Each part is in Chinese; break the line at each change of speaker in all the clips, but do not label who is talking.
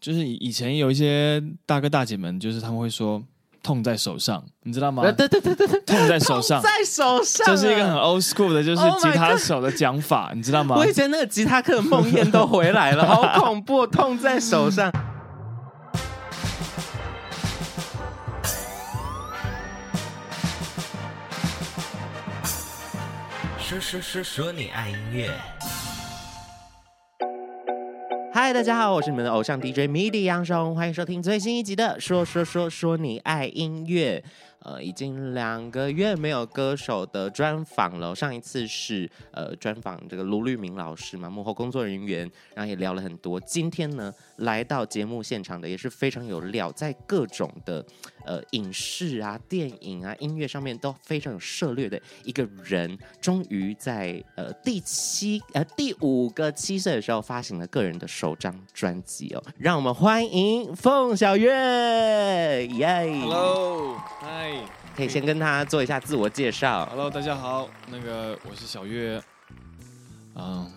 就是以以前有一些大哥大姐们，就是他们会说痛在手上，你知道吗？
对对对对对对，
痛在手上
痛，在手上啊，
这是一个很 old school 的，就是
Oh my
吉他手的讲法，你知道吗？
我也觉得那个吉他课的梦魇都回来 了，好恐怖，痛在手上。
说说说说你爱音乐，
嗨，大家好，我是你们的偶像 DJ MIDI 杨雄，欢迎收听最新一集的《说说说说你爱音乐》。呃，已经两个月没有歌手的专访了，上一次是呃专访这个卢律明老师嘛，幕后工作人员，然后也聊了很多。今天呢，来到节目现场的也是非常有料，在各种的呃影视啊、电影啊、音乐上面都非常有涉略的一个人，终于在呃第七呃第五个七岁的时候发行了个人的首张专辑哦，让我们欢迎凤小岳，耶
Hello，嗨
可以先跟他做一下自我介绍。
，Hello，大家好，那个我是小月，嗯，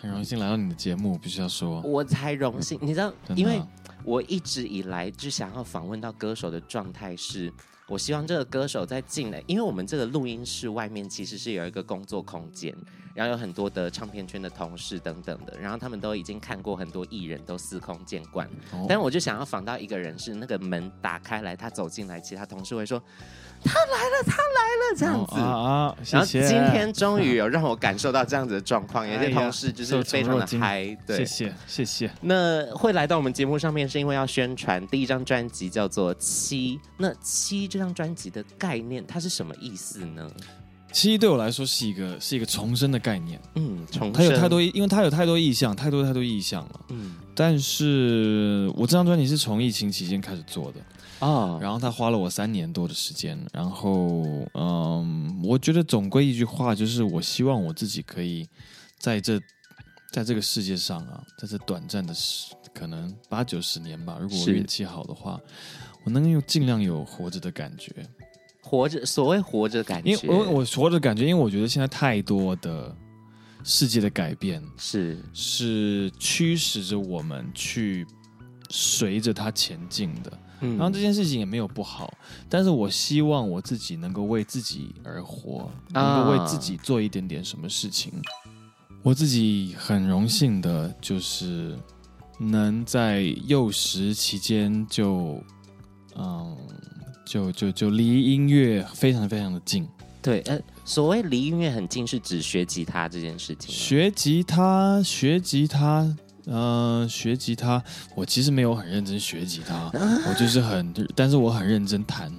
很荣幸来到你的节目，必须要说，
我才荣幸，你知道，
真的
因为我一直以来就想要访问到歌手的状态是，我希望这个歌手在进来，因为我们这个录音室外面其实是有一个工作空间，然后有很多的唱片圈的同事等等的，然后他们都已经看过很多艺人，都司空见惯。
哦
但我就想要访到一个人，是那个门打开来，他走进来，其他同事会说他来了，他来了这样子。
哦啊啊，
然
谢
后
谢，哎
今天 终于有让我感受到这样子的状况，有些同事就是非常的嗨，
谢
对。
谢谢谢，
那会来到我们节目上面，是因为要宣传第一张专辑叫做《七》。那《七》这张专辑的概念，它是什么意思呢？
七对我来说是一个是一个重生的概念，
嗯，重
它有
生
太多，因为它有太多意象，太多太多意象了。
嗯
但是我这张专辑是从疫情期间开始做的，
哦，
然后他花了我三年多的时间，然后嗯，我觉得总归一句话就是，我希望我自己可以在这在这个世界上啊，在这短暂的十可能八九十年吧，如果我
是
运气好的话，我能有尽量有活着的感觉，
活着，所谓活着的感觉，
因为我我活着的感觉，因为我觉得现在太多的世界的改变
是
是驱使着我们去随着它前进的。
嗯
然后这件事情也没有不好，但是我希望我自己能够为自己而活，能够为自己做一点点什么事情。我自己很荣幸的就是能在幼时期间就，嗯，就就就离音乐非常非常的近。
对，呃，所谓离音乐很近，是指学吉他这件事情吗。
学吉他，学吉他，嗯、学吉他。我其实没有很认真学吉
啊
他，我就是很， 但是我很认真弹，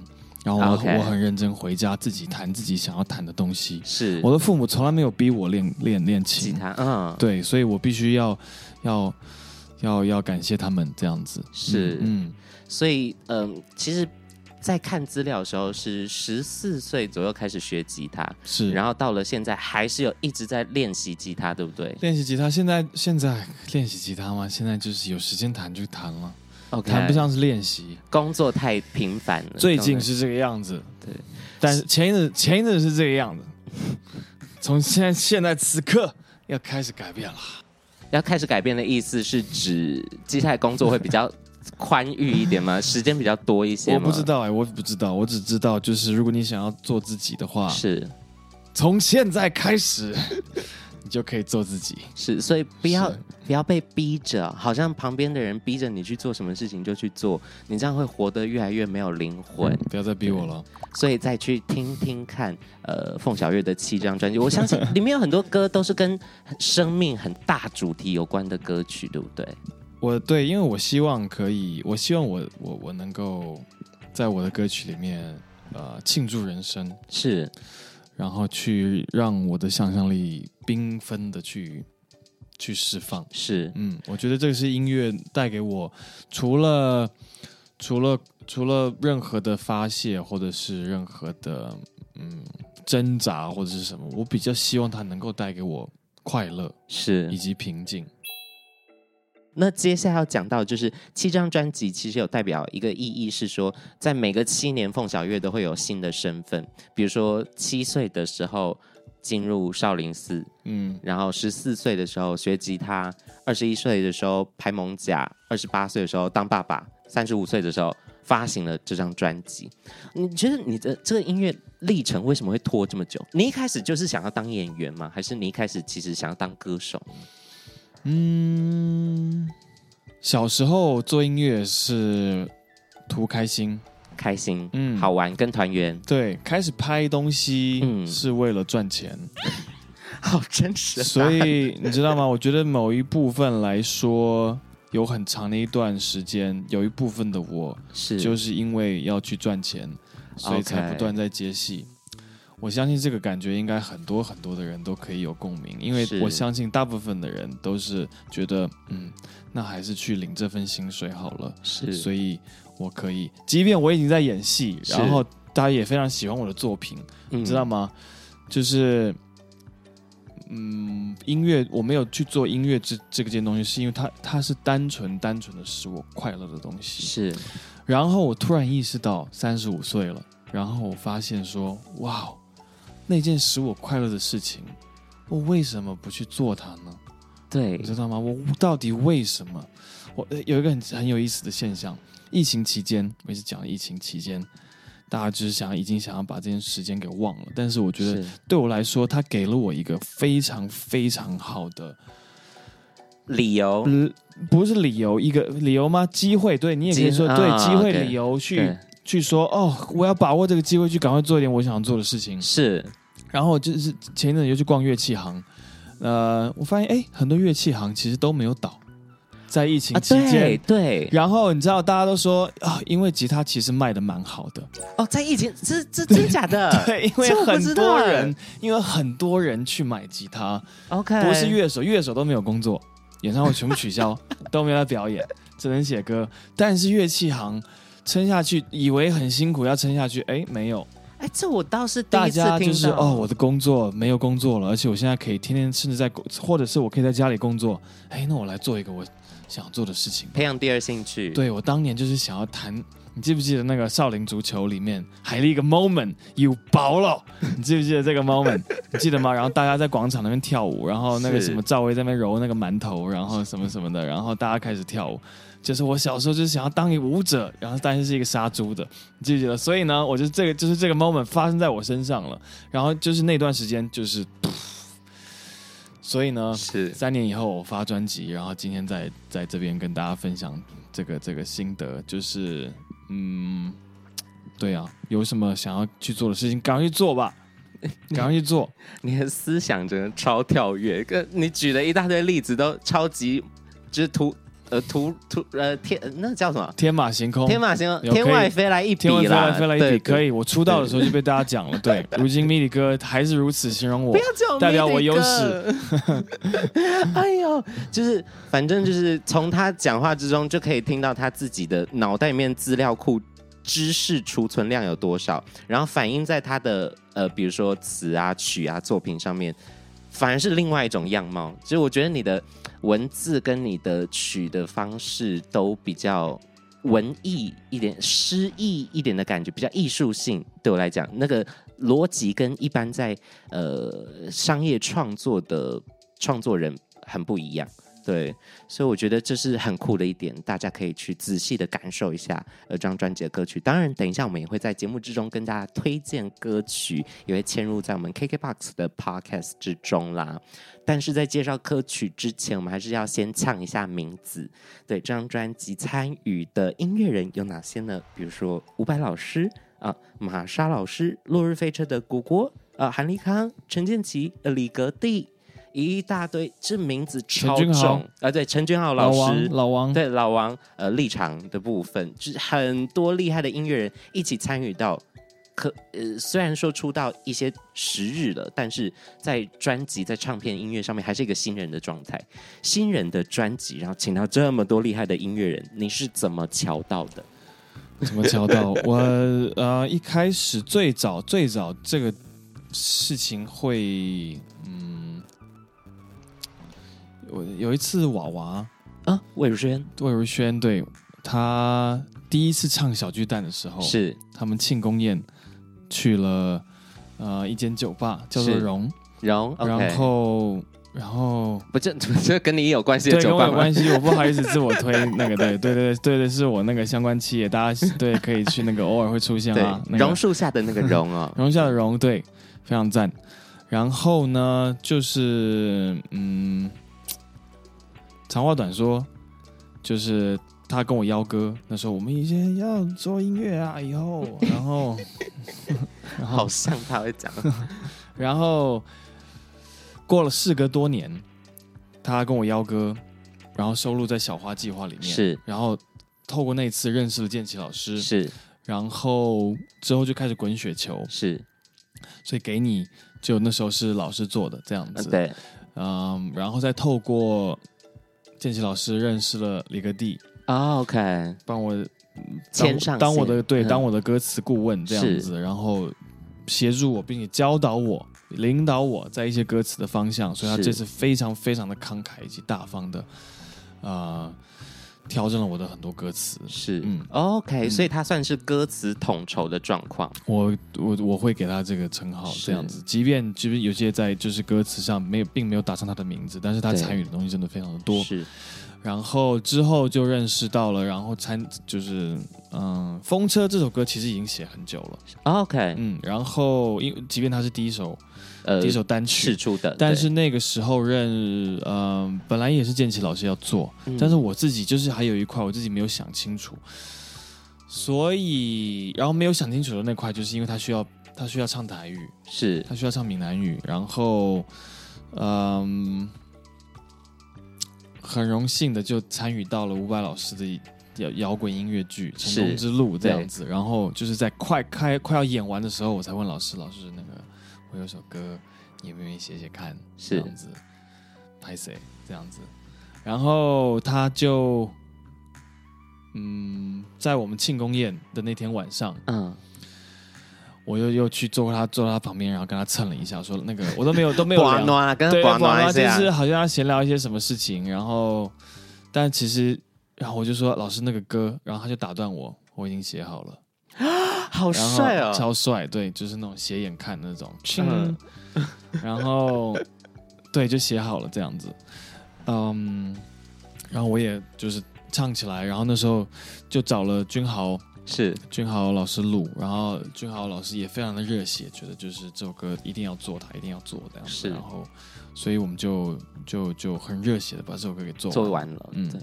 然后我
啊 OK
我很认真回家自己弹自己想要弹的东西。
是
我的父母从来没有逼我练练练
吉
琴，
他，嗯，
对，所以我必须要要要要感谢他们这样子。
是
嗯，嗯
所以，嗯，其实，在看资料的时候是十四岁左右开始学吉他，
是。
然
后
后到了现在还是有一直在练习吉他，对不对
练习吉他，现在现在练习吉他吗？现在就是有时间弹就弹了，
？OK，
弹不像是练习。
工作太频繁了。
最近
对不对
是这个样子，
对，
但是前一阵前一阵是这个样子，从现在现在此刻要开始改变了，
要开始改变的意思是指接下来工作会比较宽裕一 点吗？时间比较多一些
我
吗？
不知，道哎、我不知道，我只知道就是如果你想要做自己的话，
是
从现在开始 你就可以做自己，
是，所以不要
是
不要被逼着，好像旁边的人逼着你去做什么事情就去做，你这样会活得越来越没有灵魂。
不要再逼我了，
所以再去听听看，呃，凤小岳的七张专辑，我相信里面有很多歌都是跟生命很大主题有关的歌曲，对不对？
我对，因为我希望可以，我希望我我我能够在我的歌曲里面呃庆祝人生，
是，
然后去让我的想象力缤纷的去去释放。
是，
嗯，我觉得这个是音乐带给我，除了除了除了任何的发泄，或者是任何的嗯挣扎或者是什么，我比较希望它能够带给我快乐以
是。
及平静。
那接下来要讲到就是七张专辑，其实有代表一个意义是说，在每个七年，凤小岳都会有新的身份，比如说七岁的时候。进入少林寺，
嗯，
然后十四岁的时候学吉他，二十一岁的时候拍蒙甲，二十八岁的时候当爸爸，三十五岁的时候发行了这张专辑。你觉得你的这个音乐历程为什么会拖这么久？你一开始就是想要当演员吗？还是你一开始其实想要当歌手？
嗯，小时候做音乐是图开心，
开心、
嗯，
好，玩跟团圆，
对，开始拍东西
嗯
是为了赚钱，
好真实的答
所
案
以你知道吗？我觉得某一部分来说，有很长的一段时间，有一部分的我
是
就是因为要去赚钱，所以才
OK
不断在接戏。我相信这个感觉应该很多很多的人都可以有共鸣，因为
是
我相信大部分的人都是觉得，嗯，那还是去领这份薪水好了。
是，
所以我可以，即便我已经在演戏，
是嗯
然后大家也非常喜欢我的作品，
你
你知道？吗？就是，嗯，音乐我没有去做音乐这这个件东西，是因为它它是单纯单纯的使我快乐的东西。
是
然后我突然意识到三十五岁了，然后我发现说，哇，哦那件使我快乐的事情，我为什么不去做它呢？
对
你，知道吗？我到底为什么？我呃有一个很很有意思的现象，疫情期间，我一直讲疫情期间，大家就是想已经想要把这件时间给忘了，但是我觉得
是
对我来说，它给了我一个非常非常好的，
理由
嗯，不是理由，一个理由吗？机会，对你也可以
机
说
啊
对机会
对
理由去
对
去说哦，我要把握这个机会去赶快做一点我想做的事情。
是
然后就是前一阵子就去逛乐器行，呃，我发现哎，很多乐器行其实都没有倒，在疫情
啊，
期间。
对对
然后你知道，大家都说啊，因为吉他其实卖的蛮好的，
哦，在疫情这这真假的
对，因为
啊这我不
很
知道
多人，因为很多人去买吉他，
？OK，
不是乐手，乐手都没有工作，演唱会全部取 消，都没有在表演，只能写歌。但是乐器行撑下去，以为很辛苦要撑下去，哎，没有，
哎，这我倒是第
大
一次
家
听
就是
到
哦，我的工作没有工作了，而且我现在可以天天甚至在工，或者是我可以在家里工作。哎，那我来做一个我想做的事情。
培养第二兴趣，，
对我当年就是想要弹，你记不记得那个少林足球里面还有一个 moment 有薄了，你记不记得这个 moment？你记得吗？然后大家在广场那边跳舞，然后那个
是
什么赵薇在那边揉那个馒头，然后什么什么的，然后大家开始跳舞。就是我小时候就是想要当一个舞者，然后但是是一个杀猪的，你记不记得？所以呢，我就这个就是这个 moment 发生在我身上了，然后就是那段时间就是， 所以呢，
是
三年以后我发专辑，然后今天在在这边跟大家分享这个这个心得，就是嗯，对啊，有什么想要去做的事情，赶快去做吧，赶快去做。
你的思想真的超跳跃，跟你举了一大堆例子都超级就是突呃突突呃天呃那叫什么？
天马行空，
天马行
有可以
天外飞来一笔
天外飞
啦，
来飞来一笔，
对
可
对
以。我出道的时候就被大家讲了， 对，如今米里哥还是如此形容我
不。要叫
代表我
迷你
优
哥
势。
哎呦，就是反正就是从他讲话之中就可以听到他自己的脑袋里面资料库知识储存量有多少，然后反映在他的呃比如说词啊曲啊作品上面，反而是另外一种样貌。其实我觉得你的文字跟你的曲的方式都比较。文艺一点、诗意一点的感觉，比较艺术性。对我来讲，那个逻辑跟一般在呃商业创作的创作人很不一样。对，所以我觉得这是很酷的一点，大家可以去仔细的感受一下呃这张专辑的歌曲。当然，等一下我们也会在节目之中跟大家推荐歌曲，也会嵌入在我们 KKBOX 的 Podcast 之中啦。但是在介绍歌曲之前，我们还是要先唱一下名字。对，这张专辑参与的音乐人有哪些呢？比如说伍佰老师啊、玛莎老师、落日飞车的果果啊、韩立康、陈建奇、呃李格弟。一大堆，这名字超
君豪
重啊、对，陈君豪
老
老
王
师，，
老王，
对老王呃立场的部分，就是很多厉害的音乐人一起参与到。可呃，虽然说出道一些时日了，但是在专辑、在唱片音乐上面还是一个新人的状态。新人的专辑，然后请到这么多厉害的音乐人，你是怎么瞧到的？
怎么敲到我？呃，一开始最早最早这个事情会，嗯，我有一次娃娃
啊，魏如萱
魏如萱对她第一次唱小巨蛋的时候，
是
他们庆功宴去了呃一间酒吧叫做
是
荣，
容，OK
然后然后
不这这跟你有关系的
对，跟
酒
我
吧
有关
吗？
系，我不好意思自我 推那个，对对对对对对，是我那个相关企业，大家对可以去那个偶尔会出现
对
啊，，那个，
榕树下的那个榕哦
榕下的榕，对，非常赞。然后呢，就是嗯，长话短说，就是他跟我邀歌，那时候我们以前要做音乐啊，以后，然后，然后
好像他会 讲，
然后过了事隔多年，他跟我邀歌，然后收录在小花计划里面。
是，
然后透过那一次认识了建奇老师，
是
然后之后就开始滚雪球，
是，
所以给你就那时候是老师做的这样
嗯
子。，
对，
嗯，然后再透过建奇老师认识了李格弟，
哦，OK，
帮我嗯当
牵上
当我
线
的对、
嗯
当我的歌词顾问这样子，然后协助我，并且教导我、领导我在一些歌词的方向，所以他
是
这次非常非常的慷慨以及大方的，呃，调整了我的很多歌词。
是哦
嗯
，OK，
嗯
所以他算是歌词统筹的状况，
我我我会给他这个称号，
是
这样子，即便即便有些在就是歌词上没有并没有打上他的名字，但是他
对
参与的东西真的非常的多。
是
然后之后就认识到了，然后参就是嗯，《风车》这首歌其实已经写很久了。
哦，OK，
嗯，然后因为即便它是第一首、
呃
第一首单曲，
试出的，
但
对
是那个时候认嗯、呃本来也是建奇老师要做，
嗯
但是我自己就是还有一块我自己没有想清楚，所以然后没有想清楚的那块，就是因为他需要他需要唱台语，
是
他需要唱闽南语，然后嗯、很荣幸的就参与到了伍佰老师的一。摇摇滚音乐剧《成
是
功之路》这样
对
子，然后就是在快开快要演完的时候，我才问老师，老师那个我有首歌，你愿不愿意写写看？
是
这样子，拍谁这样子，然后他就嗯，在我们庆功宴的那天晚上，
嗯，
我又又去坐他坐他旁边，然后跟他蹭了一下，说那个我都没有都没有
寡
聊，
暖啊跟
对，
寡暖
暖
一
就
下
是好像要闲聊一些什么事情，然后但其实然后我就说老师那个歌，然后他就打断我，我已经写好了，
好
然后
帅哦，
超帅，对，就是那种斜眼看那种，
嗯
然后对就写好了这样子，嗯，然后我也就是唱起来，然后那时候就找了君豪。
是
君豪老师录，然后君豪老师也非常的热血，觉得就是这首歌一定要做它，一定要做这样子。
是
然后，所以我们就就就很热血的把这首歌给做
做完了，
嗯
对。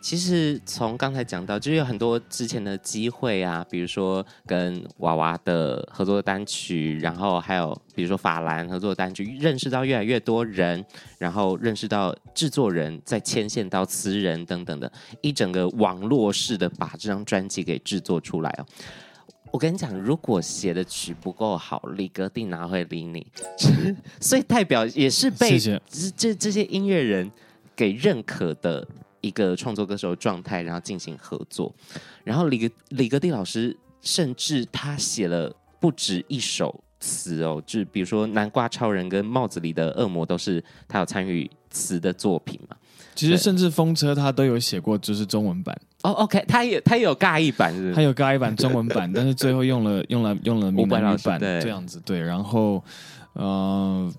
其实从刚才讲到，就是有很多之前的机会啊，比如说跟娃娃的合作单曲，然后还有比如说法兰合作单曲，认识到越来越多人，然后认识到制作人，再牵线到词人等等的，一整个网络式的把这张专辑给制作出来哦。我跟你讲，如果写的曲不够好，李格定哪会理你？ 所以代表也是被
谢谢
这这这些音乐人给认可的一个创作歌手的状态，然后进行合作。然后李格李格弟老师甚至他写了不止一首词哦，就比如说《南瓜超人》跟《帽子里的恶魔》都是他有参与词的作品嘛。
其实甚至风车他都有写过，就是中文版，
哦、o k 他也他也有尬译版是不
还
是？
有尬一版中文版，但是最后用 了用了用了闽
伍佰
南
老
语
师
版
对
这样子。对，然后呃，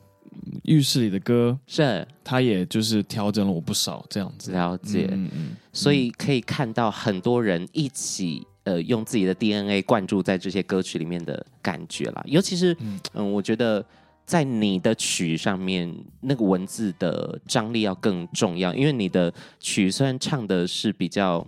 浴室里的歌
是
他也就是调整了我不少这样子。
了解。
嗯嗯
所以可以看到很多人一起呃用自己的 DNA 灌注在这些歌曲里面的感觉啦，尤其是嗯
嗯
我觉得。在你的曲上面，那个文字的张力要更重要，因为你的曲虽然唱的是比较，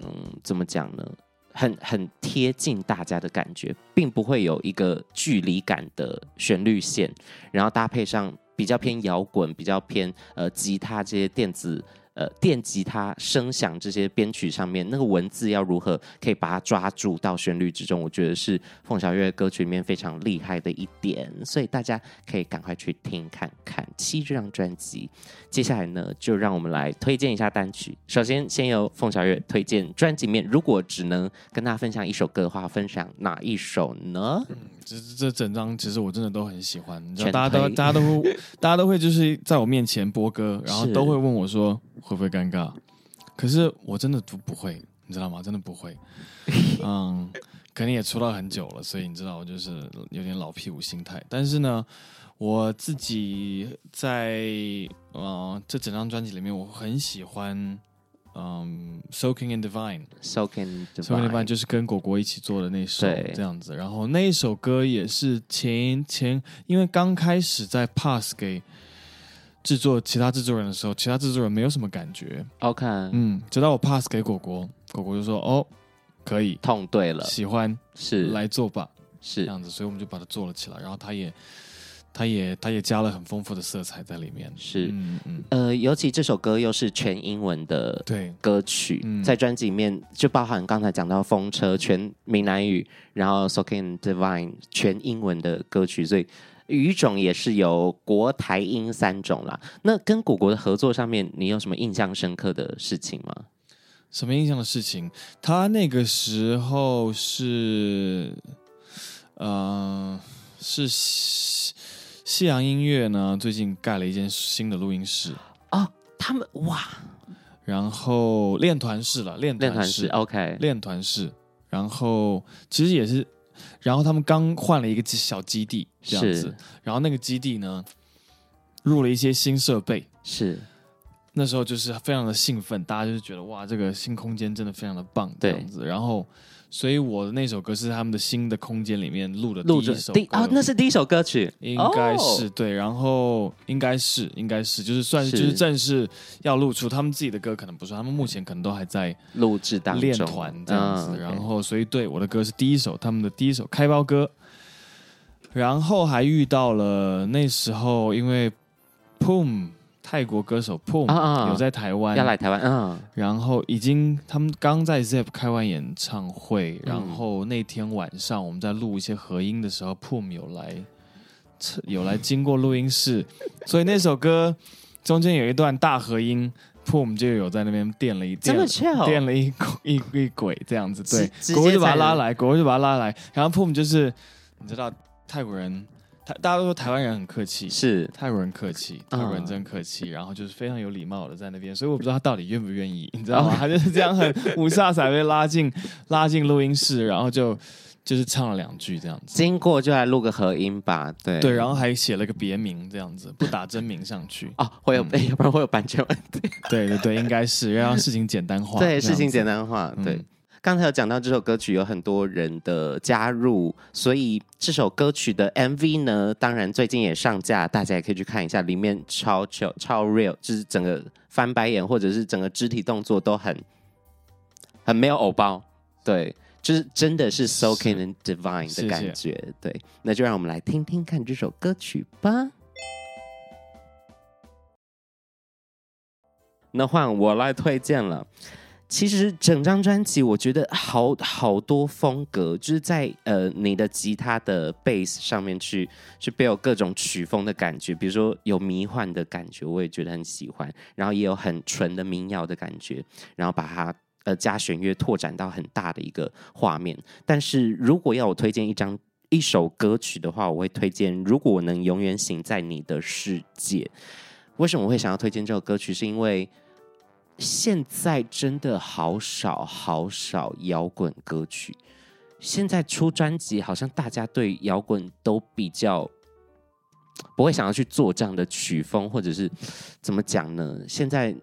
嗯，怎么讲呢，很很贴近大家的感觉，并不会有一个距离感的旋律线，然后搭配上比较偏摇滚、比较偏呃吉他这些电子呃电吉他声响这些编曲上面，那个文字要如何可以把它抓住到旋律之中，我觉得是凤小岳歌曲里面非常厉害的一点，所以大家可以赶快去听看看七这张专辑。接下来呢，就让我们来推荐一下单曲。首先，先由凤小岳推荐专辑里面，如果只能跟大家分享一首歌的话，分享哪一首呢？
这这整张其实我真的都很喜欢，你知道，
全
大家都
推
大家都会大家都会就是在我面前播歌，然后
是
都会问我说会不会尴尬，可是我真的不不会，你知道吗？真的不 会。嗯，可能也出道很久了，所以你知道我就是有点老屁股心态。但是呢，我自己在呃这整张专辑里面，我很喜欢嗯《Soaking and Divine》。
Soaking
《Soaking and Divine》
Divine，
就是跟果果一起做的那首
对
这样子。然后那一首歌也是前前，因为刚开始在 pass 给制作其他制作人的时候，其他制作人没有什么感觉。
OK，
嗯，直到我 pass 给果果，果果就说哦可以，
痛对了，
喜欢
是
来做吧。这
是
样子，所以我们就把它做了起来。然后它也，它也，它也加了很丰富的色彩在里面。
是，
嗯嗯，
呃，尤其这首歌又是全英文的
对
歌曲，
嗯
在专辑里面就包含刚才讲到《风车》全闽南语，然后《Soaking Divine》全英文的歌曲，所以语种也是有国台英三种啦。那跟果果的合作上面，你有什么印象深刻的事情吗？
什么印象的事情？他那个时候是，呃，是西西洋音乐呢，最近盖了一间新的录音室，
哦，他们哇，
然后练团室了，练
练团
团
是
室
OK，
练团室，然后其实也是，然后他们刚换了一个基小基地这样
是
子，然后那个基地呢，入了一些新设备。
是
那时候就是非常的兴奋，大家就是觉得哇，这个新空间真的非常的棒这
对
样子。然后，所以我的那首歌是他们的新的空间里面录的第
录着
一首歌
第哦，那是第一首歌曲，
应该
哦
是、对，然后应该是应该是就是算是
是
就是正式要露出他们自己的歌，可能不是，他们目前可能都还在
录制当中
练团这样子，
嗯
然后所以对我的歌是第一首，他们的第一首开包歌，然后还遇到了那时候因为 Poom 泰国歌手 Poom
啊啊
有在台湾
要来台湾，嗯，
然后已经他们刚在 ZEP 开完演唱会，
嗯
然后那天晚上我们在录一些合音的时候，Poom 有来有来经过录音室， 所以那首歌中间有一段大合音，Poom 就有在那边垫了一
这
垫
么
了。
chill，
垫了一鬼一一鬼这样子，
直
对，
直接
国威就把他
在
拉来，国威就把他拉来，然后 Poom 就是你知道泰国人，泰大家都说台湾人很客气，
是
泰国人客气，泰国人真客 气，然后就是非常有礼貌的在那边，所以我不知道他到底愿不愿意，你知道 吗？他就是这样很五煞才被拉进 拉进录音室，然后就就是唱了两句这样子，
经过就来录个合音吧，对，
对，然后还写了个别名这样子，不打真名上去
啊，会有， 要不然会有版权问题。
对对对，应该是要让事情简单 化，
对，事情简
单，
单化。
嗯
对，刚才有讲到这首歌曲有很多人的加入，所以这首歌曲的 MV 呢，当然最近也上架，大家也可以去看一下，里面超超超 real，就是整个翻白眼或者是整个肢体动作都很很没有偶包，对。就是真的是 soaking and divine
谢谢
的感觉，对，那就让我们来听听看这首歌曲吧。那换我来推荐了。其实整张专辑，我觉得好好多风格，就是在呃你的吉他的 bass 上面去去 build 各种曲风的感觉，比如说有迷幻的感觉，我也觉得很喜欢，然后也有很纯的民谣的感觉，然后把它呃加弦乐拓展到很大的一个画面。但是如果要我推荐一张一首歌曲的话，我会推荐《如果我能永远醒在你的世界》。为什么我会想要推荐这首歌曲？是因为现在真的好少好少摇滚歌曲，现在出专辑好像大家对摇滚都比较不会想要去做这样的曲风，或者是怎么讲呢？现在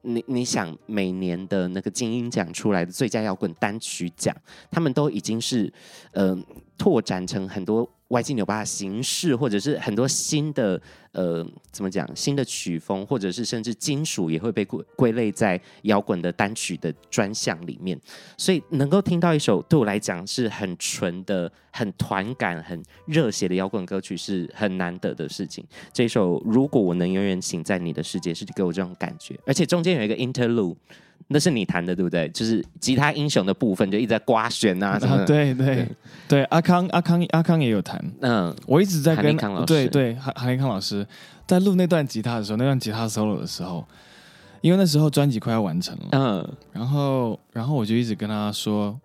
你你想每年的那个金鹰奖出来的最佳摇滚单曲奖，他们都已经是呃拓展成很多歪七扭八的形式，或者是很多新的呃怎么讲新的曲风，或者是甚至金属也会被归归类在摇滚的单曲的专项里面。所以能够听到一首对我来讲是很纯的、很团感、很热血的摇滚歌曲是很难得的事情。这首《如果我能永远醒在你的世界》是给我这种感觉，而且中间有一个 interlude。那是你弹的对不对？就是吉他英雄的部分，就一直在刮弦啊什么的。
啊，对对
对
对，阿康阿康阿康也有弹，
嗯，
我一直在
韩
跟
立康老师
对对韩韩立康老师在录那段吉他的时候，那段吉他 solo 的时候，因为那时候专辑快要完成了，
嗯，
然后然后我就一直跟他说，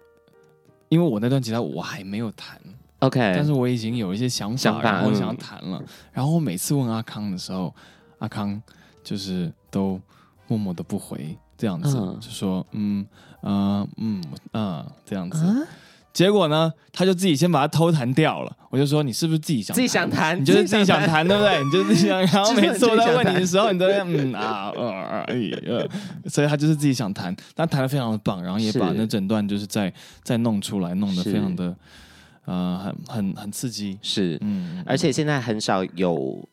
因为我那段吉他我还没有弹，
OK，
但是我已经有一些想法，
哎想法
然后
嗯
想要弹了。然后我每次问阿康的时候，阿康就是都默默的不回，这样子、
嗯
就说嗯嗯嗯嗯这样子。
啊，
结果呢，他就自己先把它偷弹掉了。我就说你是不是自己想
自己想弹
你就是自己想弹，对不对？你就是自己想。然后每次我在问你
自
的时候，你都在嗯啊呃呃呃，所以他就是自己想弹，但弹的非常的棒，然后也把
是
那整段就是再再弄出来，弄得
是
非常的呃很很很刺激。
是，
嗯，
而且现在很少有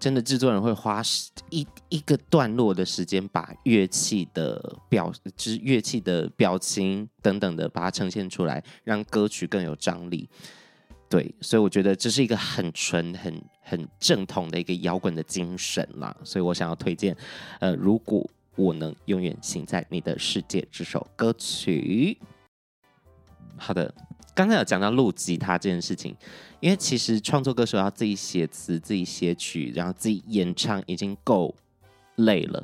真的制作人会花时一一个段落的时间把乐器的表，就是乐器的表情等等的把它呈现出来，让歌曲更有张力。对，所以我觉得这是一个很纯、很很正统的一个摇滚的精神啦。所以我想要推荐，呃，如果我能永远行在你的世界这首歌曲。好的，刚才有讲到录吉他这件事情，因为其实创作歌手要自己写词、自己写曲，然后自己演唱已经够累了，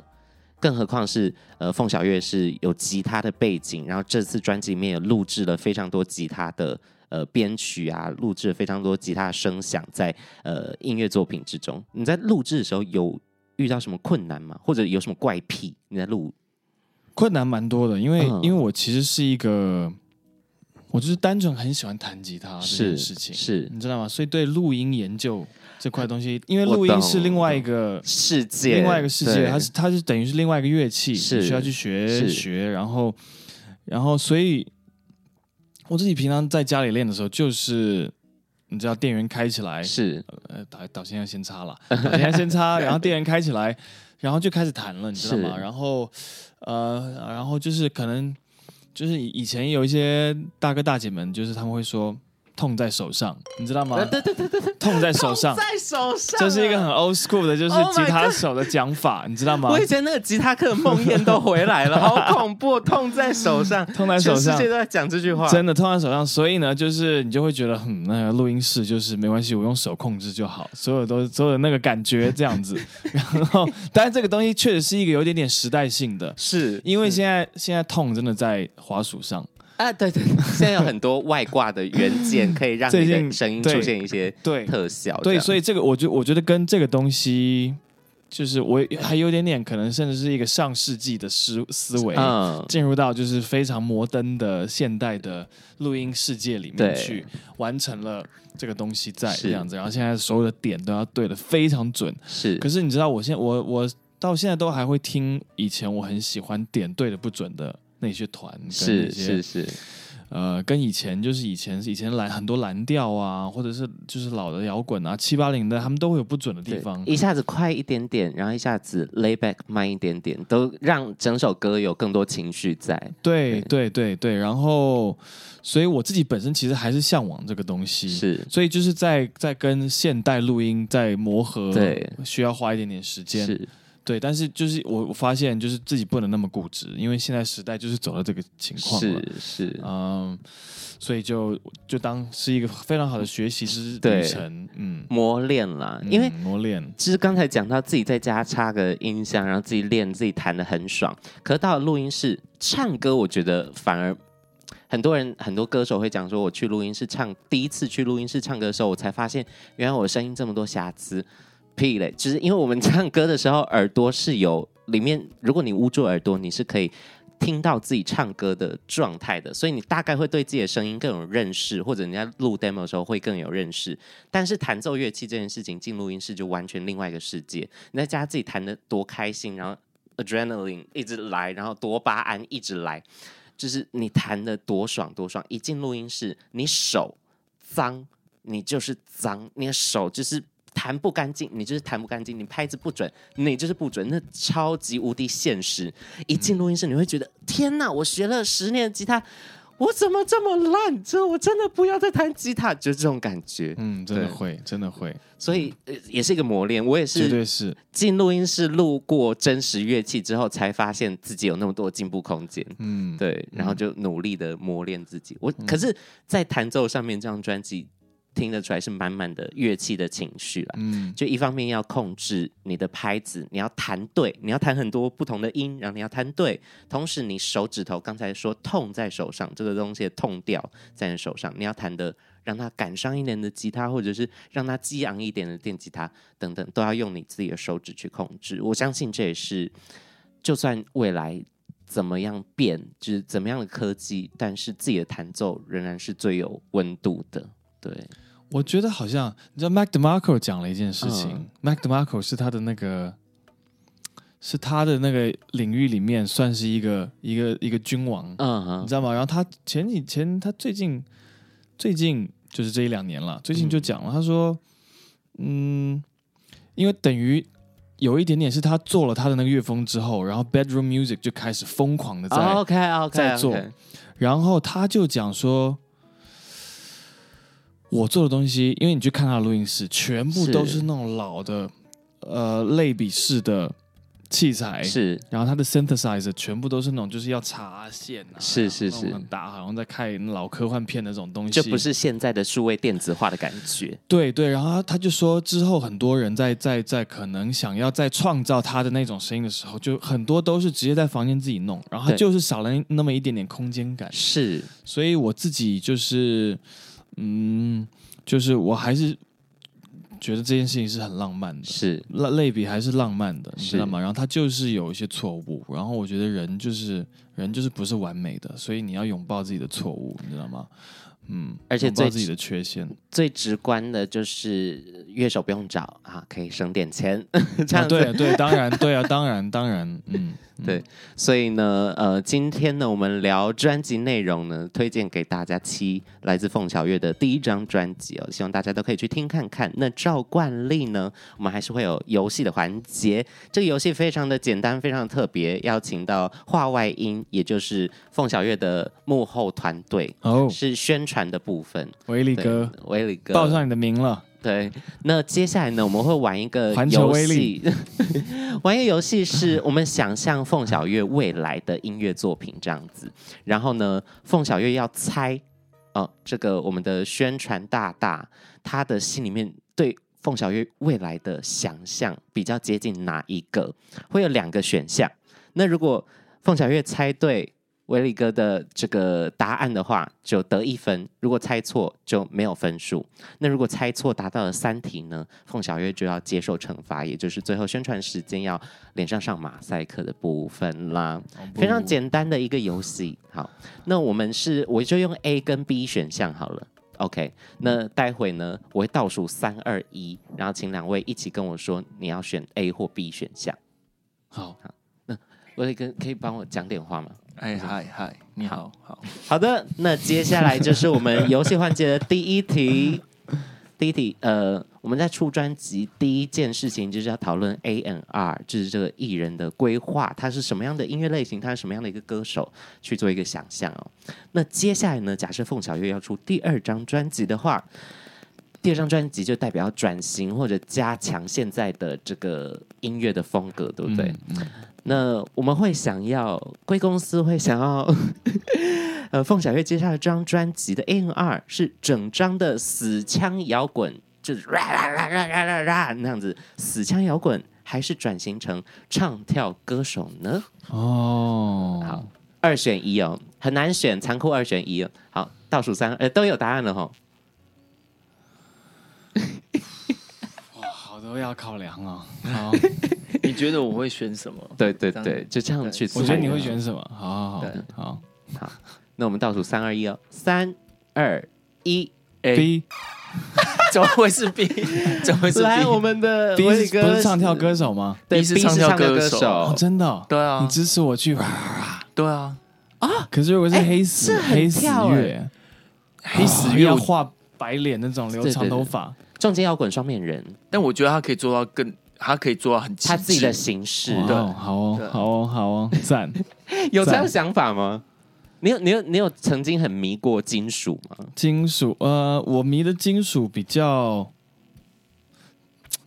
更何况是呃凤小岳是有吉他的背景，然后这次专辑里面也录制了非常多吉他的呃编曲啊，录制了非常多吉他的声响在呃音乐作品之中。你在录制的时候有遇到什么困难吗？或者有什么怪癖？你在录
困难蛮多的，因为、
嗯
因为我其实是一个，我就是单纯很喜欢弹吉他这件事情，
啊是
你知道吗？所以对录音研究这块东西，因为
我
录音
懂
是另外一个
世界，
另外一个世界，
对
它是它是等于是另外一个乐器，
是
你需要去学
是
学，然后然后所以我自己平常在家里练的时候，就是你知道电源开起来，
是
呃导导线要先插了，导线要先插，然后电源开起来，然后就开始弹了，你知道吗？
是
然后呃，然后就是可能就是以以前有一些大哥大姐们，就是他们会说痛在手上，你知道吗？对对对对，痛在手上。
在手上
这是一个很 old school 的，就是
啊 Oh my
吉他手的讲法你知道吗
我？以前那个吉他课的梦魇都回来 了，好恐怖，痛在手上，
痛在手
全
上
世界都在讲这句话，
真的痛在手上，所以呢，就是你就会觉得，嗯，那个录音室就是没关系，我用手控制就好，所有都所有那个感觉这样子。然后，当然这个东西确实是一个有一点点时代性的，
是
因为现在现在痛真的在滑鼠上，
啊，对对，对现在有很多外挂的元件可以让
最
你
近
的声音
对
出现一些
对
特效，
对，所
以
以这个我觉我觉得跟这个东西，就是我还有点点可能甚至是一个上世纪的思思维，
嗯，
进入到就是非常摩登的现代的录音世界里面
对
去，完成了这个东西在
是
这样子。然后现在所有的点都要对的非常准。
是
可是你知道，我现我我到现在都还会听以前我很喜欢点对的不准的那些团，跟那
是
些
是是，
呃，跟以前就是以前以前蓝很多蓝调啊，或者是就是老的摇滚啊，七八零的，他们都会有不准的地
对
方。
一下子快一点点，然后一下子 lay back 慢一点点，都让整首歌有更多情绪在，
对对对对，然后，所以我自己本身其实还是向往这个东西，
是
所以就是在在跟现代录音在磨合，
对，
需要花一点点时间，
是
对。但是就是我我发现就是自己不能那么固执，因为现在时代就是走到这个情况了，
是是，
嗯，所以就就当是一个非常好的学习之
对
旅程，嗯，
磨练啦，因为
嗯磨练，
就是刚才讲到自己在家插个音箱，然后自己练，自己弹的很爽。可是到了录音室唱歌，我觉得反而很多人很多歌手会讲说，我去录音室唱，第一次去录音室唱歌的时候，我才发现原来我的声音这么多瑕疵。屁嘞，就是因为我们唱歌的时候，耳朵是有里面，如果你捂住耳朵，你是可以。听到自己唱歌的状态的，所以你大概会对自己的声音更有认识，或者你在录 demo 的时候会更有认识。但是弹奏乐器这件事情进录音室就完全另外一个世界。你在家自己弹的多开心，然后 adrenaline 一直来，然后多巴胺一直来，就是你弹的多爽多爽。一进录音室，你手脏，你就是脏，你的手就是。弹不干净，你就是弹不干净；你拍子不准，你就是不准。那超级无敌现实。一进录音室，你会觉得天哪！我学了十年的吉他，我怎么这么烂？这我真的不要再弹吉他，就这种感觉。
嗯，真的
对
会，真的会，
所以、呃也是一个磨练。我也
绝
是
对是。
进录音室录过真实乐器之后，才发现自己有那么多进步空间。
嗯，
对，然后就努力的磨练自己。我、可是，在弹奏上面，这张专辑听得出来是满满的乐器的情绪啦。
嗯，
就一方面要控制你的拍子，你要弹对，你要弹很多不同的音，然后你要弹对，同时你手指头刚才说痛在手上，这个东西的痛调在你手上，你要弹的让它感伤一点的吉他，或者是让它激昂一点的电吉他等等，都要用你自己的手指去控制。我相信这也是，就算未来怎么样变，就是怎么样的科技，但是自己的弹奏仍然是最有温度的。对，
我觉得好像你知道 Mac DeMarco 讲了一件事情、
嗯
m a c DeMarco 是他的那个是他的那个领域里面算是一个一个一个君王，
嗯
你
哼，
知道吗？然后他前几前他最近最近就是这一两年了，最近就讲了，他说，嗯，因为等于有一点点是他做了他的那个乐风之后，然后 Bedroom Music 就开始疯狂的在
OK OK，
在做然后他就讲说，我做的东西，因为你去看他的录音室，全部
是
都是那种老的，呃，类比式的器材。
是
然后他的 synthesizer 全部都是那种，就是要插线啊，
是
然后
是
那种
是
很大，好像在看老科幻片的那种东西。
就不是现在的数位电子化的感 觉。
对对，然后他他就说，之后很多人在在在可能想要再创造他的那种声音的时候，就很多都是直接在房间自己弄，然后他
对
就是少了那么一点点空间感。
是，
所以我自己就是，嗯，就是我还是觉得这件事情是很浪漫的，
是
类类比还是浪漫的，你
是
知道吗？然后它就是有一些错误，然后我觉得人就是人就是不是完美的，所以你要拥抱自己的错误，你知道吗？嗯，
而且
拥抱
最
自己的缺 陷，
最直观的就是乐手不用找啊，可以省点钱， 这
啊，
样子。
对对，当然对啊，当然当然， 嗯，嗯
对所以呢，呃，今天呢，我们聊专辑内容呢，推荐给大家七来自凤小岳的第一张专辑哦，希望大家都可以去听看看。那照惯例呢，我们还是会有游戏的环节。这个游戏非常的简单，非常特别，邀请到话外音，也就是凤小岳的幕后团队，
哦，
是宣传的部分。
维力
对
哥，
威力哥，
报上你的名了，
对，那接下来呢，我们会玩一个
环球
游
威
戏， 玩一个游戏是我们想象凤小岳未来的音乐作品这样子。然后呢，凤小岳要猜，呃，这个我们的宣传大大他的心里面对凤小岳未来的想象比较接近哪一个？会有两个选项。那如果凤小岳猜对威力哥的这个答案的话，就得一分；如果猜错就没有分数。那如果猜错达到了三题呢，凤小岳就要接受惩罚，也就是最后宣传时间要连上上马赛克的部分啦。非常简单的一个游戏。好，那我们是我就用 A 跟 B 选项好了。OK，那待会呢，我会倒数三二一，然后请两位一起跟我说你要选 A 或 B 选项。
好，
我可以跟可以帮我讲点话吗？
哎嗨嗨，你好好，
好的，那接下来就是我们游戏环节的第一题。 第一题，呃，我们在出专辑第一件事情就是要讨论 A N R，就是这个艺人的规划，他是什么样的音乐类型，他是什么样的一个歌手，去做一个想象哦。那接下来呢，假设凤小岳要出第二张专辑的话，第二张专辑就代表要转型或者加强现在的这个音乐的风格，对不对？
嗯，嗯
那我们会想要贵公司会想要， 呃，凤小岳接下来这张专辑的 A N R 是整张的死腔摇滚，就是啦啦啦啦啦啦啦那样子死腔摇滚，还是转型成唱跳歌手呢？
哦，
好，二选一哦，很难选，残酷二选一哦。好，倒数三，呃，都有答案了吼。
哇，好多要考量啊，好，
你觉得我会选什么？
对对
当
对，
然
就这样
对
去猜。
哦我觉得你会选什么？好好好
对
好
那我们倒数三二一哦，三二 一。
哎
，B
怎么会是 B？怎么会是 B？
来，哎我们的
B
威力
是不
哥
是唱跳歌手吗？
对
B 是
B
唱
是
跳
唱跳
歌
歌
手
哦，真的哦，
对啊
你支持我去吧。
对啊，
可是如果是
哎
黑死
这很
黑死
跳
月，
黑死
哦
月
要
我，
画白脸那种，留
对对
长头发，
重金摇滚双面人，
但我觉得他可以做到更，他可以做到很极致
他自己的形式，
哇
对
哦好
对
哦，好哦，好哦，赞！
有这样
赞
想法吗？你有你有你有曾经很迷过金属吗？
金属，呃，我迷的金属比较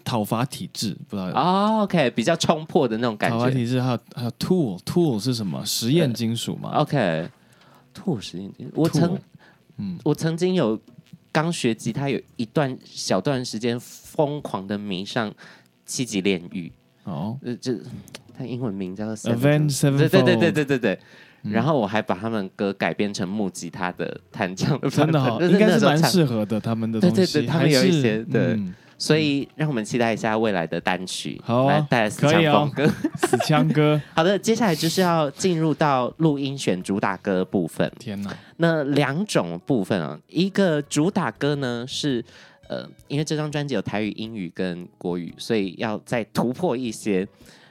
讨伐体制，不知道有
哦、o k 比较冲破的那种感
讨伐
觉。
体制，还有还有 tool tool 是什么？实验金属吗？
OK，兔实验金，我
啊兔
曾
嗯
我曾经有刚学吉他有一段小段时间疯狂的迷上七级炼狱，
哦，
呃，这它英文名叫做
Avenged
Sevenfold 对对对对
Sevenfold 嗯
对对对。然后我还把他们歌改编成木吉他的弹唱的版
真
本，
的哦，
那
应该
那
是
时候
蛮
唱
适合的，他们的
对
东
对
西，
对他们
还
有一
是
些对
嗯
所以让我们期待一下未来的单曲，
好啊
来带来四
可
强
以哦
风格。
死枪哥，
好的，接下来就是要进入到录音选主打歌部分。
天哪，
那两种部分啊，一个主打歌呢是呃，因为这张专辑有台语、英语跟国语，所以要再突破一些。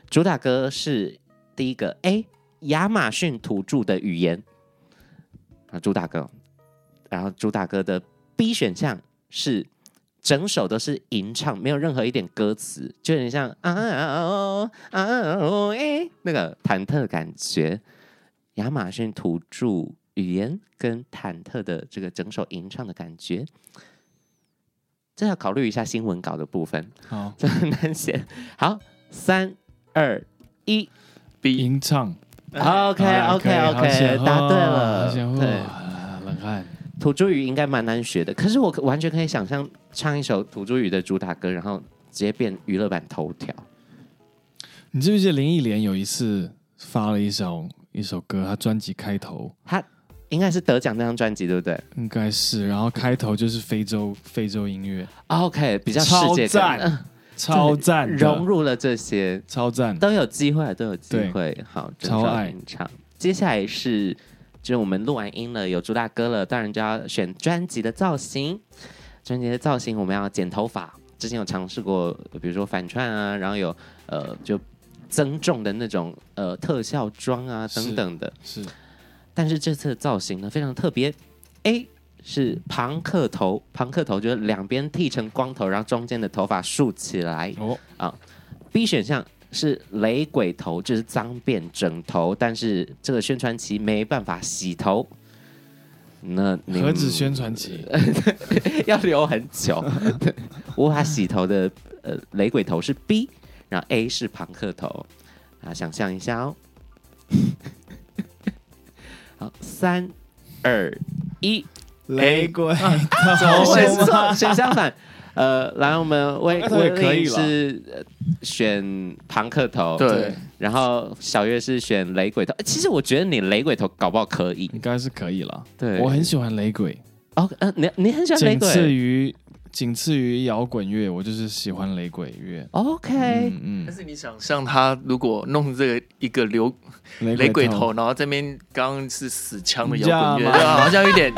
主打歌是第一个，哎，亚马逊土著的语言啊，主打歌。然后主打歌的 B 选项是整首都是吟唱，没有任何一点歌词，就有点像啊哦啊哦哎那个忐忑感觉。亚马逊土著语言跟忐忑的这个整首吟唱的感觉，这要考虑一下新闻稿的部分，
好，
这很难写。好，三二一
，B
吟唱
，OK
啊
OK
可以好险
OK，
哦
答对
好险
了。
哦
对，
啊冷汗，
土著语应该蛮难学的，可是我可完全可以想象唱一首土著语的主打歌，然后直接变娱乐版头条。
你记不记得林忆莲有一次发了一首一首歌，她专辑开头
他应该是得奖那张专辑，对不对
应该是，然后开头就是非洲非洲音乐，
？OK，比较世
超
界感，
赞超赞的，
融入了这些
超赞，
都有机会，都有机
对
会。好，
超
整首
爱
吟唱。接下来是，就是我们录完音了，有主打歌了，当然就要选专辑的造型。专辑的造型我们要剪头发，之前有尝试过，比如说反串啊，然后有呃就增重的那种呃特效妆啊
是
等等的。
是
但是这次的造型呢非常特别，A 是庞克头，庞克头就是两边剃成光头，然后中间的头发竖起来。
哦，
B 选项是雷鬼头，就是脏辫整头，但是这个宣传期没办法洗头。那你们
何止宣传期，
要留很久， 无法洗头的呃雷鬼头是 B，然后 A 是庞克头啊，想象一下哦。 好，三二一，
雷鬼，
哦，
走
选错，选相反。呃，来，我们魏
那
魏
也可以
令是呃选庞克头，
对，
然后小月是选雷鬼头。呃其实我觉得你雷鬼头搞不好可以。
应该是可以了。
对
我很喜欢雷鬼，
哦，呃，你你很喜欢雷
仅次
鬼
于仅次于摇滚乐，我就是喜欢雷鬼乐。
？OK，
嗯
但是你想像他如果弄这个一个流
嗯，
雷鬼头，然后这边刚刚是死腔的摇
你
滚
知道
乐，
吗
对啊，好像有点，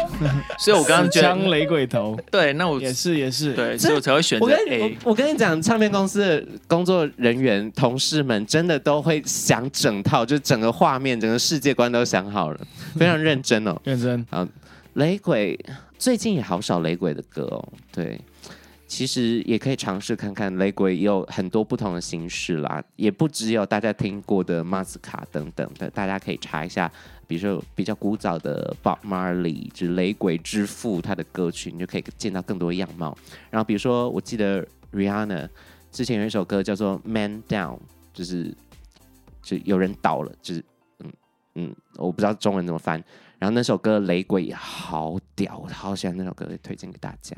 所以我刚刚觉
枪
得
雷鬼头
对，那我
也是也是，
对，所以我才会选
我
择
跟你
A。
我我跟你讲，唱片公司的工作人员同事们真的都会想整套，就整个画面、整个世界观都想好了，非常认真哦。
认真
雷鬼最近也好少雷鬼的歌哦，对，其实也可以尝试看看雷鬼也有很多不同的形式啦，也不只有大家听过的马斯卡等等的，大家可以查一下，比如说比较古早的 Bob Marley，就是雷鬼之父他的歌曲，你就可以见到更多样貌。然后比如说我记得 Rihanna 之前有一首歌叫做《Man Down》，就是就有人倒了，就是嗯嗯，我不知道中文怎么翻。然后那首歌雷鬼也好屌，我好喜欢那首歌，推荐给大家。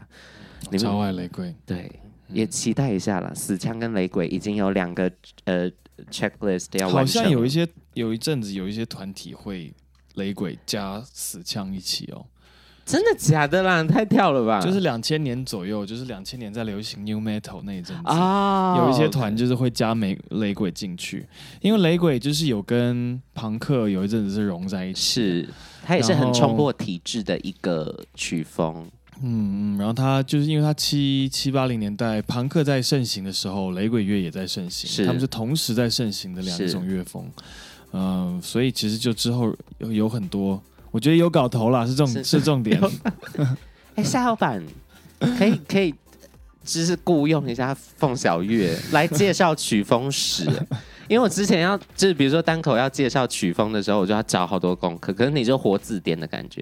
你们
超爱雷鬼，
对，也期待一下啦。死枪跟雷鬼已经有两个呃 checklist 要
好
完成，
像有一些有一阵子有一些团体会雷鬼加死枪一起哦，
真的假 的啦？太跳了
啊
吧！
就是两千年左右，就是两千年在流行 new metal 那一阵子
啊，
有一些团就是会加美雷鬼进去，因为雷鬼就是有跟朋克有一阵子是融在一起，
是，它也是
然
很
后
冲破体制的一个曲风。
嗯嗯，然后他就是因为他七七八零年代朋克在盛行的时候，雷鬼乐也在盛
是
行，他们是同时在盛行的两
是
种乐风，嗯、所以其实就之后有有很多，我觉得有搞头啦，是重
是
是重点，
哎，夏老板，可以可以，就是雇佣一下凤小月来介绍曲风史。因为我之前要就是比如说单口要介绍曲风的时候，我就要找好多功课，可是你就活字典的感觉。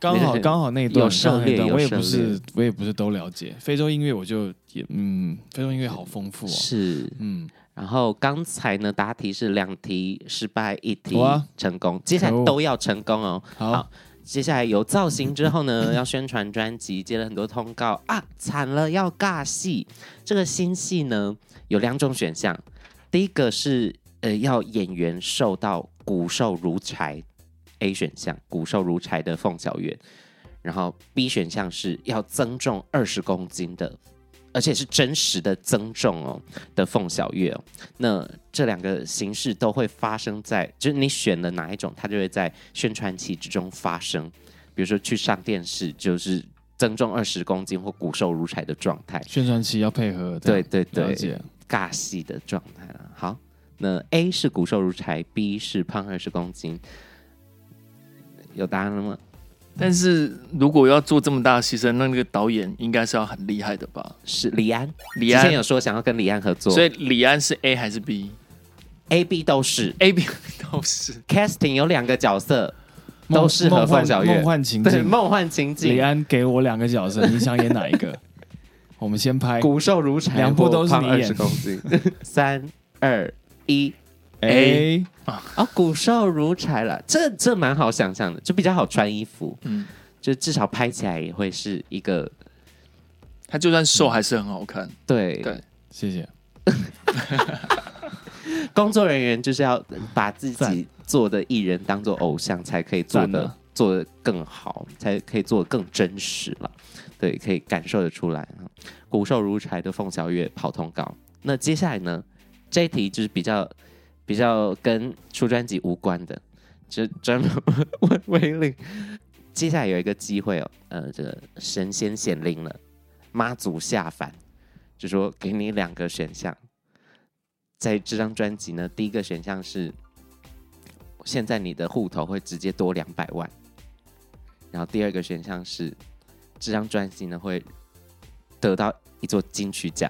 刚好
对
刚好那一段
有涉
刚好那一段
猎有
我也
涉
不
猎
是我也不是都了解，非洲音乐我就也嗯，非洲音乐好丰富哦，
是，
嗯，
然后刚才呢答题是两题失败，一题
好啊
成功，接下
可
来
恶
都要成功哦。
好
好接下来有造型之后呢，要宣传专辑，接了很多通告啊，惨了，要尬戏。这个新戏呢有两种选项，第一个是呃要演员受到骨瘦如柴，A 选项骨瘦如柴的凤小岳，然后 B 选项是要增重二十公斤的而且是真实的增重哦的凤小岳哦。那这两个形式都会发生在，就是你选了哪一种，它就会在宣传期之中发生。比如说去上电视，就是增重二十公斤或骨瘦如柴的状态，
宣传期要配合，这
对
样
对对
了解。
尬戏的状态了。好，那 A 是骨瘦如柴，B 是胖二十公斤，有答案了吗？
但是如果要做这么大的牺牲，那那个导演应该是要很厉害的吧？
是李安，
李
之
安
前，有说想要跟李安合作，
所以李安是 A 还是 B？A、
A、B 都是
B 都是。
casting 有两个角色，
梦
都适合
梦幻
凤小岳
梦幻情
对，
境。
梦幻情
李
景，
安给我两个角色，你想演哪一 个？我们先拍
骨瘦如柴，
两部都是你
二
演
十公斤， 三二一。
哎 A，
哦，骨瘦如柴了，这这蛮好想象的，就比较好穿衣服，
嗯，
就至少拍起来也会是一个
他就算瘦还是很好看。
对
对
谢谢。
工作人员就是要把自己
赞
做的艺人当做偶像，才可以做
赞
的
啊
做的更好，才可以做的更真实了。对，可以感受得出来啊。骨瘦如柴的凤小岳跑通告。那接下来呢？这一题就是比较比较跟出专辑无关的，就 专门问威令。接下来有一个机会哦，呃，这个神仙显灵了，妈祖下凡，就说给你两个选项。在这张专辑呢，第一个选项是现在你的户头会直接多两百万，然后第二个选项是这张专辑呢会得到一座金曲奖，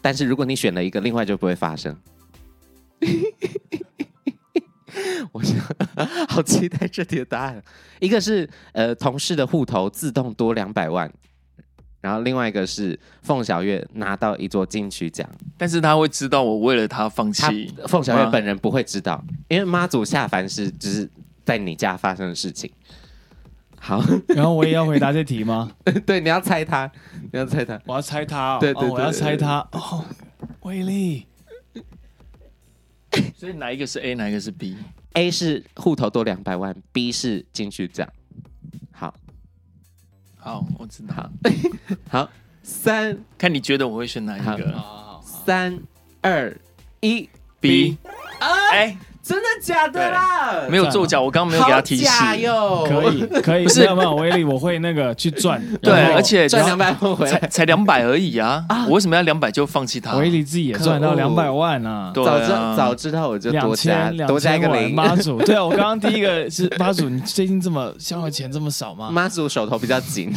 但是如果你选了一个，另外就不会发生。 我想，好期待这题的答案。一个是呃同事的户头自动多两百万，然后另外一个是凤小岳拿到一座金曲奖。
但是他会知道我为了他放
他
弃。
凤小岳
吗
本人不会知道，因为妈祖下凡是只是在你家发生的事情。好，
然后我也要回答这题吗？
对，你要猜他，你要猜他，
我要猜他哦，
对对
哦我要
对
猜他哦，威力。
所以哪一个是 A，哪一个是 B？
A 是户头多两百万，B 是金曲奖。好
好，我知道。
好，三
看你觉得我会选哪一个
哦
三二一，啊
？B。哎，
真的假的啦？
没有作假，我刚刚没有给他提示。
好假哟，
可以，可以，
不是
没有没有威力，我会那个去转。
对，
然后
而且
赚两百万回
才
来，
才两百而已啊！我为什么要两百就放弃他？
威力自己也赚到
可恶
两百万啊。
对
早知道
啊，
早知道我就
两
多加
千
多加一个零。
妈 祖，对啊，我刚刚第一个是妈祖，你最近这么消耗钱这么少吗？
妈祖手头比较紧，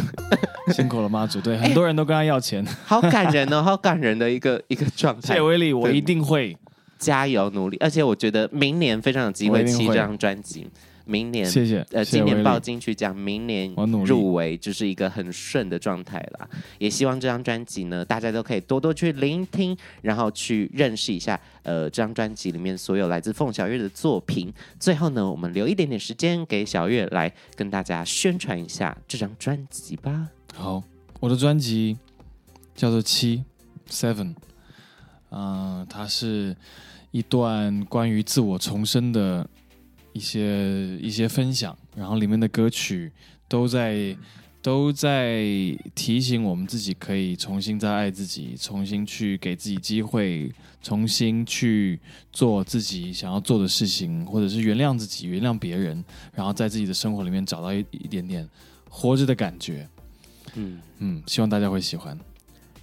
辛苦了妈祖，哎对，很多人都跟他要钱。
好感人 哦，好感人的一个一个状
谢
态
谢。威力，我一定会。
加油努力，而且我觉得明年非常有机会
我一定
期
会
这张专辑，明年
谢谢，
呃
谢谢
今
威
年
力
报金曲奖，明年
我努力
入围就是一个很顺的状态啦。也希望这张专辑呢，大家都可以多多去聆听，然后去认识一下呃这张专辑里面所有来自凤小岳的作品。最后呢，我们留一点点时间给小岳来跟大家宣传一下这张专辑吧。
好，我的专辑叫做《七 Seven》，嗯，它是一段关于自我重生的一些一些分享，然后里面的歌曲都在都在提醒我们自己可以重新再爱自己，重新去给自己机会，重新去做自己想要做的事情，或者是原谅自己、原谅别人，然后在自己的生活里面找到一一点点活着的感觉。
嗯。
嗯，希望大家会喜欢。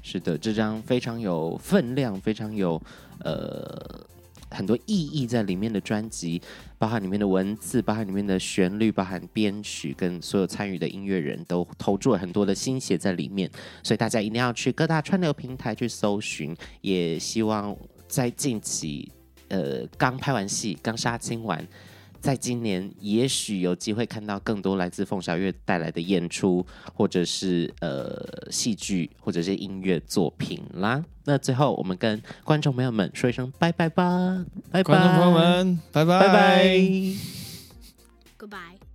是的，这张非常有分量、非常有呃很多意义在里面的专辑，包含里面的文字，包含里面的旋律，包含编曲，跟所有参与的音乐人都投注了很多的心血在里面，所以大家一定要去各大串流平台去搜寻，也希望在近期呃刚拍完戏，刚杀青完。在今年，也许有机会看到更多来自凤小岳带来的演出，或者是呃戏剧，或者是音乐作品啦。那最后，我们跟观众朋友们说一声拜拜吧，拜拜，
观众朋友，们，拜
拜拜。
Goodbye.